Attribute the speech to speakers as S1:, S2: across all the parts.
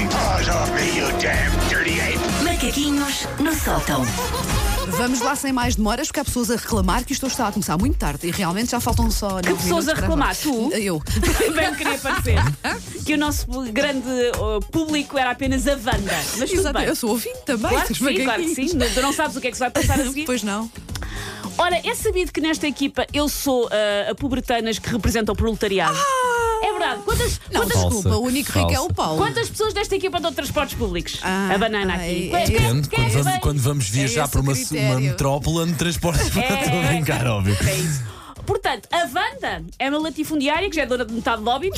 S1: off me, you damn dirty ape!
S2: Macaquinhos no sótão.
S3: Vamos lá sem mais demoras, porque há pessoas a reclamar que isto está a começar muito tarde e realmente já faltam só.
S4: Que pessoas a reclamar? Tu?
S3: Eu.
S4: Também queria parecer que o nosso grande uh, público era apenas a Wanda. Mas tudo
S3: Exato,
S4: bem.
S3: eu sou ouvinte também.
S4: Claro que
S3: dos
S4: sim, claro que
S3: macaquinhos.
S4: sim. Não- Tu não sabes o que é que se vai passar a seguir.
S3: Pois não.
S4: Ora, é sabido que nesta equipa eu sou ah, a pobretanas que representa o proletariado. É verdade. Quantas,
S3: Ah! Não,
S4: quantas,
S5: Falsa,
S3: desculpa, o único rico é o
S5: falsa.
S3: Paulo.
S4: quantas pessoas desta equipa dão transportes públicos?
S3: Ah,
S4: a banana aqui.
S3: ai,
S4: Quem-
S3: é-
S4: quem-
S5: Depende,
S4: quem é que
S5: quando vamos,
S4: vai-
S5: quando vamos viajar
S3: esse
S5: para
S3: o
S5: uma,
S3: critério.
S5: uma metrópole de transporte. Estou a brincar, óbvio.
S4: É isso. Portanto, a Wanda é uma latifundiária que já é dona de metade de lobby.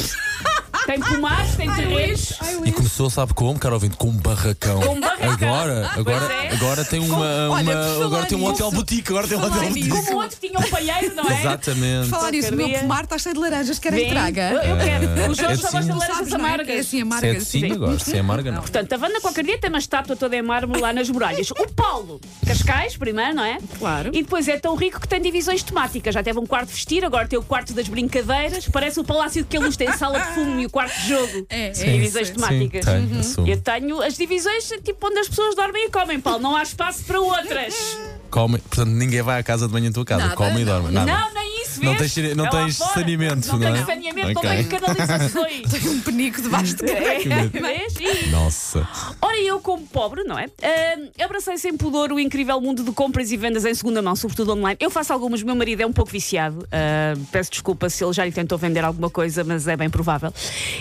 S4: tem pomares, tem terrenos.
S5: E começou, sabe como, caro ouvinte? Com um barracão.
S4: Com um barracão.
S5: Agora, agora,
S4: Pois é.
S5: agora tem
S3: olha,
S5: uma. uma-
S3: por falar
S5: agora tem um hotel
S3: nisso,
S5: boutique. Agora tem um hotel
S3: falar nisso.
S5: boutique.
S4: Como o outro tinha um palheiro, não é?
S5: Exatamente.
S3: Falar isso, o meu
S4: Porcaria.
S3: pomar está cheio de laranjas, querem
S4: Vem.
S3: que traga?
S4: Eu, eu quero. Os
S5: É
S4: jogos só
S5: assim.
S4: gostam de
S3: Sabes,
S4: laranjas
S3: não é? Que É
S4: amargas.
S3: assim,
S5: Se é
S3: amargas.
S5: de sim, agora. Se é amarga, não.
S4: Portanto, a Wanda qualquer dia tem uma estátua toda em mármore lá nas muralhas. O Paulo Cascais, primeiro, não é?
S3: Claro.
S4: E depois é tão rico que tem divisões temáticas. Já teve um quarto de vestir, agora tem o quarto das brincadeiras. Parece o palácio de Queluz, tem sala de fumo e o quarto de jogo.
S3: É, é
S4: divisões
S5: Sim,
S4: temáticas.
S5: tem, assumo.
S4: Eu tenho as divisões tipo onde as pessoas dormem e comem, Paulo. Não há espaço para outras.
S5: Come- Portanto, ninguém vai à casa de banho em tua casa.
S3: Nada,
S5: Come e
S3: não.
S5: dorme. Nada.
S4: Não, nem isso, vês?
S5: Não tens- não
S4: É lá
S5: tens
S4: fora.
S5: saneamento,
S4: não,
S5: não é?
S4: tens saneamento,
S5: Ok.
S4: não tens canalizações.
S3: Um penico debaixo de cada
S4: É, vês? E-
S5: Nossa.
S4: Ora, eu, como pobre, não é? Ah, abracei sem pudor o incrível mundo de compras e vendas em segunda mão, sobretudo online. Eu faço algumas, meu marido é um pouco viciado. Ah, peço desculpa se ele já lhe tentou vender alguma coisa, mas é bem provável.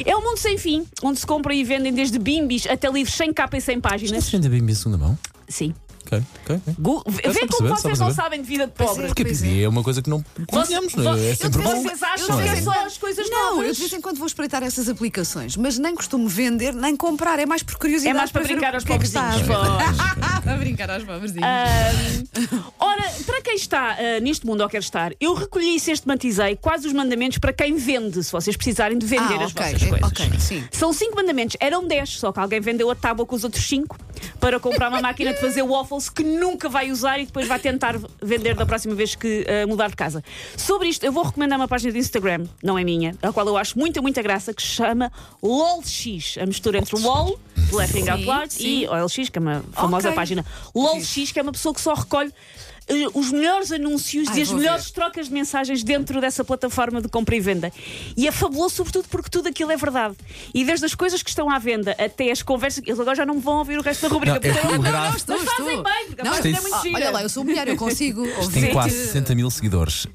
S4: É um mundo sem fim, onde se compram e vendem desde bimbis até livros sem capa e sem páginas.
S5: Estás ainda é bem em segunda mão?
S4: Sim.
S5: Ok, ok. ok.
S4: Gu-
S5: só
S4: Vê como
S5: para saber, só
S4: vocês
S5: para
S4: não
S5: saber.
S4: sabem de vida de pobre.
S5: Porque
S3: Pois é.
S5: pedir é uma coisa que não conhecemos,
S4: Vo-
S5: não é? É
S4: eu
S5: sempre
S4: devia
S5: bom.
S4: Vocês acham
S5: não
S4: que
S5: é?
S4: é só as coisas
S3: Não, eu de
S4: novas?
S3: vez em quando vou espreitar essas aplicações, mas nem costumo vender, nem comprar, é mais por curiosidade.
S4: É mais para
S3: ver
S4: brincar
S3: o
S4: aos
S3: que é que
S4: pobrezinhos. Ah,
S3: está a ver.
S4: Pois.
S3: A brincar aos pobrezinhos.
S4: Ahm, ora, para quem está ah, neste mundo ou quer estar, eu recolhi e sistematizei quase os mandamentos para quem vende, se vocês precisarem de vender
S3: ah,
S4: as
S3: ok,
S4: vossas
S3: é,
S4: coisas.
S3: ok, sim.
S4: São cinco mandamentos, eram 10, só que alguém vendeu a tábua com os outros cinco para comprar uma máquina de fazer waffles que nunca vai usar e depois vai tentar vender da próxima vez que ah, mudar de casa. Sobre isto, eu vou recomendar uma página de Instagram, não é minha, a qual eu acho muita, muita graça, que se chama LOLX, a mistura entre LOL, de Laughing Out
S3: Sim,
S4: Loud,
S3: sim.
S4: e OLX, que é uma famosa
S3: Ok.
S4: página. LOLX, que é uma pessoa que só recolhe eh, os melhores anúncios
S3: Ai,
S4: e as
S3: vou
S4: melhores trocas de mensagens dentro dessa plataforma de compra e venda. E é fabuloso, sobretudo, porque tudo aquilo é verdade. E desde as coisas que estão à venda até as conversas. Eles agora já não vão ouvir o resto da rubrica.
S5: Não, é
S4: porque
S3: um
S5: que o
S4: não-
S5: gráfico-
S3: Estou,
S4: Mas fazem
S3: estou.
S4: bem, porque a
S3: Não,
S4: página
S5: é
S4: muito
S3: ah,
S4: gira.
S3: Olha lá, eu sou mulher, eu consigo ouvir.
S5: Tem quase 60 mil seguidores. Uh,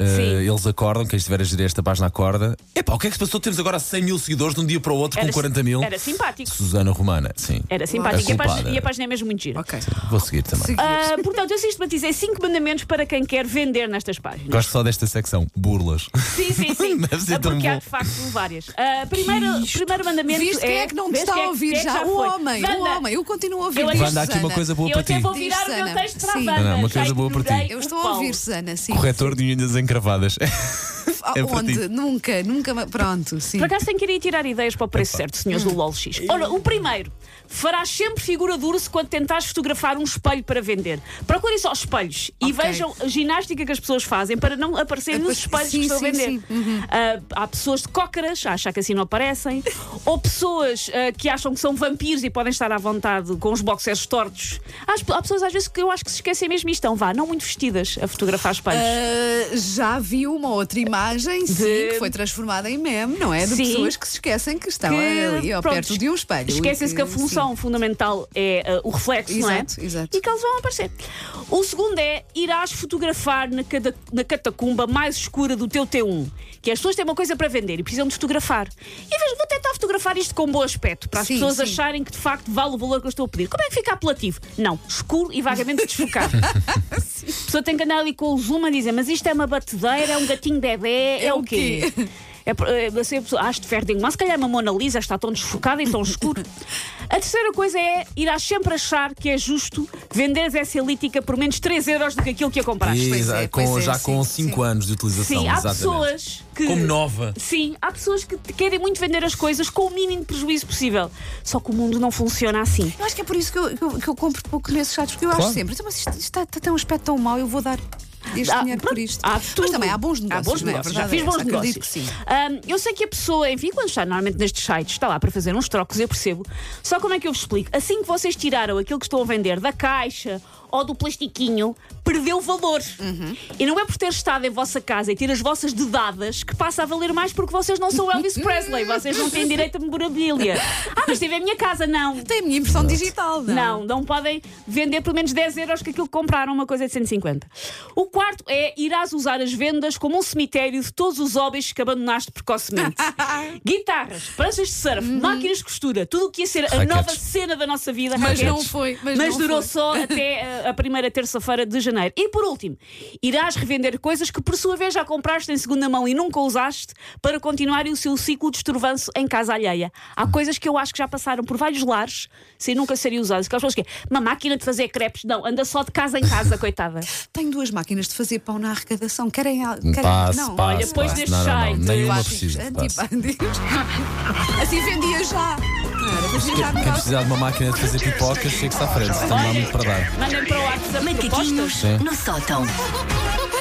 S5: eles acordam, quem estiver a gerir esta página acorda. Epá, o que é que se passou? Temos agora 100 mil seguidores de um dia para o outro com 40 mil.
S4: Era simpático.
S5: Susana Romana, sim.
S4: Era simpático. E a, página,
S5: culpada.
S4: e a página é mesmo muito gira.
S3: Ok.
S5: Vou seguir também.
S3: Seguir.
S4: Ah, portanto, eu sistematizei cinco mandamentos para quem quer vender nestas páginas.
S5: Gosto só desta secção, burlas.
S4: Sim, sim, sim.
S5: Deve ser
S4: Ah,
S5: tão
S4: Porque há
S5: bom.
S4: de facto várias. Ah, primeiro, primeiro mandamento.
S3: Viste quem é que não te
S4: Vês
S3: está
S4: quem
S3: a
S4: é-
S3: ouvir
S4: quem é que
S3: já? o
S4: foi?
S3: homem, o
S4: Wanda,
S3: homem. Eu continuo a ouvir.
S4: Eu até-
S5: Vanda, há aqui uma
S3: Susana.
S5: coisa boa
S4: Eu
S5: para
S4: até
S5: ti.
S4: vou virar o meu
S3: Diz,
S4: texto para a
S3: Sim.
S4: banda.
S5: Não, não, uma
S4: Já
S5: coisa boa para ti.
S4: ignorei
S3: Eu
S4: o
S3: estou a
S4: Paulo.
S3: ouvir, Susana, sim.
S5: Corretor de unhas encravadas.
S3: Ah,
S5: É para
S3: Onde?
S5: ti.
S3: Nunca, nunca. ma- Pronto, sim.
S4: Por acaso tenho que ir aí tirar ideias para o preço certo, senhores
S3: Hum.
S4: do LOLX. Ora, o primeiro, farás sempre figura dura se quando tentares fotografar um espelho para vender. Procurem só espelhos
S3: Ok.
S4: e vejam a ginástica que as pessoas fazem para não aparecerem
S3: Depois-
S4: nos espelhos
S3: sim,
S4: que estão a
S3: sim,
S4: vender.
S3: sim. Uhum.
S4: Ah, há pessoas de cócaras, a achar que assim não aparecem, ou pessoas ah, que acham que são vampiros e podem estar à vontade com os boxers tortos. Há, as- há pessoas às vezes que eu acho que se esquecem mesmo e estão, vá, não muito vestidas a fotografar espelhos.
S3: Ah, já vi uma outra imagem, sim,
S4: De-
S3: que foi transformada em meme, não é? De
S4: Sim.
S3: pessoas que se esquecem que estão
S4: que,
S3: ali ou
S4: pronto,
S3: perto de um espelho.
S4: Esquecem-se
S3: e
S4: que a função fundamental é ah, o reflexo, não é?
S3: Exato, exato.
S4: E que eles vão aparecer. O segundo é: irás fotografar na, cada- na catacumba mais escura do teu T1. Que as pessoas têm uma coisa para vender e precisam de fotografar. E vejo, vou tentar fotografar isto com um bom aspecto, para as
S3: Sim,
S4: pessoas
S3: sim.
S4: acharem que de facto vale o valor que eu estou a pedir. Como é que fica apelativo? Não, escuro e vagamente desfocado. a pessoa tem que andar ali com o zoom a dizer: mas isto é uma batedeira, é um gatinho bebê, é,
S3: É
S4: o
S3: o
S4: quê?
S3: quê?
S4: É, por- é, assim, a pessoa, acho de Ferdinand, mas se calhar uma Mona Lisa está tão desfocada e tão escuro. A terceira coisa é irás sempre achar que é justo venderes essa elítica por menos 3 euros do que aquilo que a compraste.
S3: pois é,
S5: com,
S3: pois é,
S5: já
S3: sim,
S5: com
S3: sim.
S5: 5 anos de utilização.
S4: Sim, há
S5: exatamente.
S4: pessoas que.
S5: Como nova.
S4: Sim, há pessoas que te querem muito vender as coisas com o mínimo prejuízo possível. Só que o mundo não funciona assim.
S3: Eu acho que é por isso que eu, que eu, que eu compro pouco nesses sites, porque eu
S5: Claro.
S3: acho sempre, "Então, mas isto, isto está- está- tem um aspecto tão mau, eu vou dar Este
S4: Há-
S3: dinheiro por
S4: pronto,
S3: isto.
S4: há
S3: Mas
S4: tudo.
S3: também há bons negócios,
S4: Há bons
S3: não é? Verdade
S4: negócios. já fiz
S3: é
S4: bons
S3: essa,
S4: negócios.
S3: acredito que sim.
S4: Hum, eu sei que a pessoa, enfim, quando está normalmente nestes sites, está lá para fazer uns trocos, eu percebo. Só como é que eu vos explico? Assim que vocês tiraram aquilo que estão a vender da caixa ou do plastiquinho, perdeu valor.
S3: Uhum.
S4: E não é por ter estado em vossa casa e ter as vossas dedadas que passa a valer mais porque vocês não são Elvis Presley, vocês não têm direito a memorabilia. Ah, mas teve a minha casa, não.
S3: Tem a minha impressão digital, não?
S4: Não, não podem vender pelo menos 10 euros que aquilo que compraram, uma coisa de 150. O quarto é irás usar as vendas como um cemitério de todos os hobbies que abandonaste precocemente. Guitarras, pranchas de surf,
S3: Uhum.
S4: máquinas de costura, tudo o que ia ser a
S5: Raquetes.
S4: nova cena da nossa vida.
S3: Mas
S4: raquetes.
S3: não foi, mas não
S4: durou
S3: foi.
S4: só até uh, a primeira terça-feira de janeiro. E por último, irás revender coisas que por sua vez já compraste em segunda mão e nunca usaste para continuar o seu ciclo de estorvanço em casa alheia. Há coisas que eu acho que já passaram por vários lares sem nunca serem usadas. Aquelas pessoas que é uma máquina de fazer crepes, não, anda só de casa em casa, coitada.
S3: Tenho duas máquinas de fazer pão na arrecadação. Querem algo? Querem...
S5: Passe,
S3: não,
S5: passe,
S4: olha, depois
S5: passe.
S4: deste
S5: não, não,
S4: site,
S5: não, nenhuma
S3: plásticos,
S5: precisa. passe.
S3: antibandidos. assim vendia já. Não era, vendia já no
S5: Quem
S3: negócio.
S5: precisar de uma máquina de fazer pipocas, chega-se à frente. Estão lá muito para dar.
S4: Mandem para o WhatsApp propostas.
S2: Macaquinhos no sótão.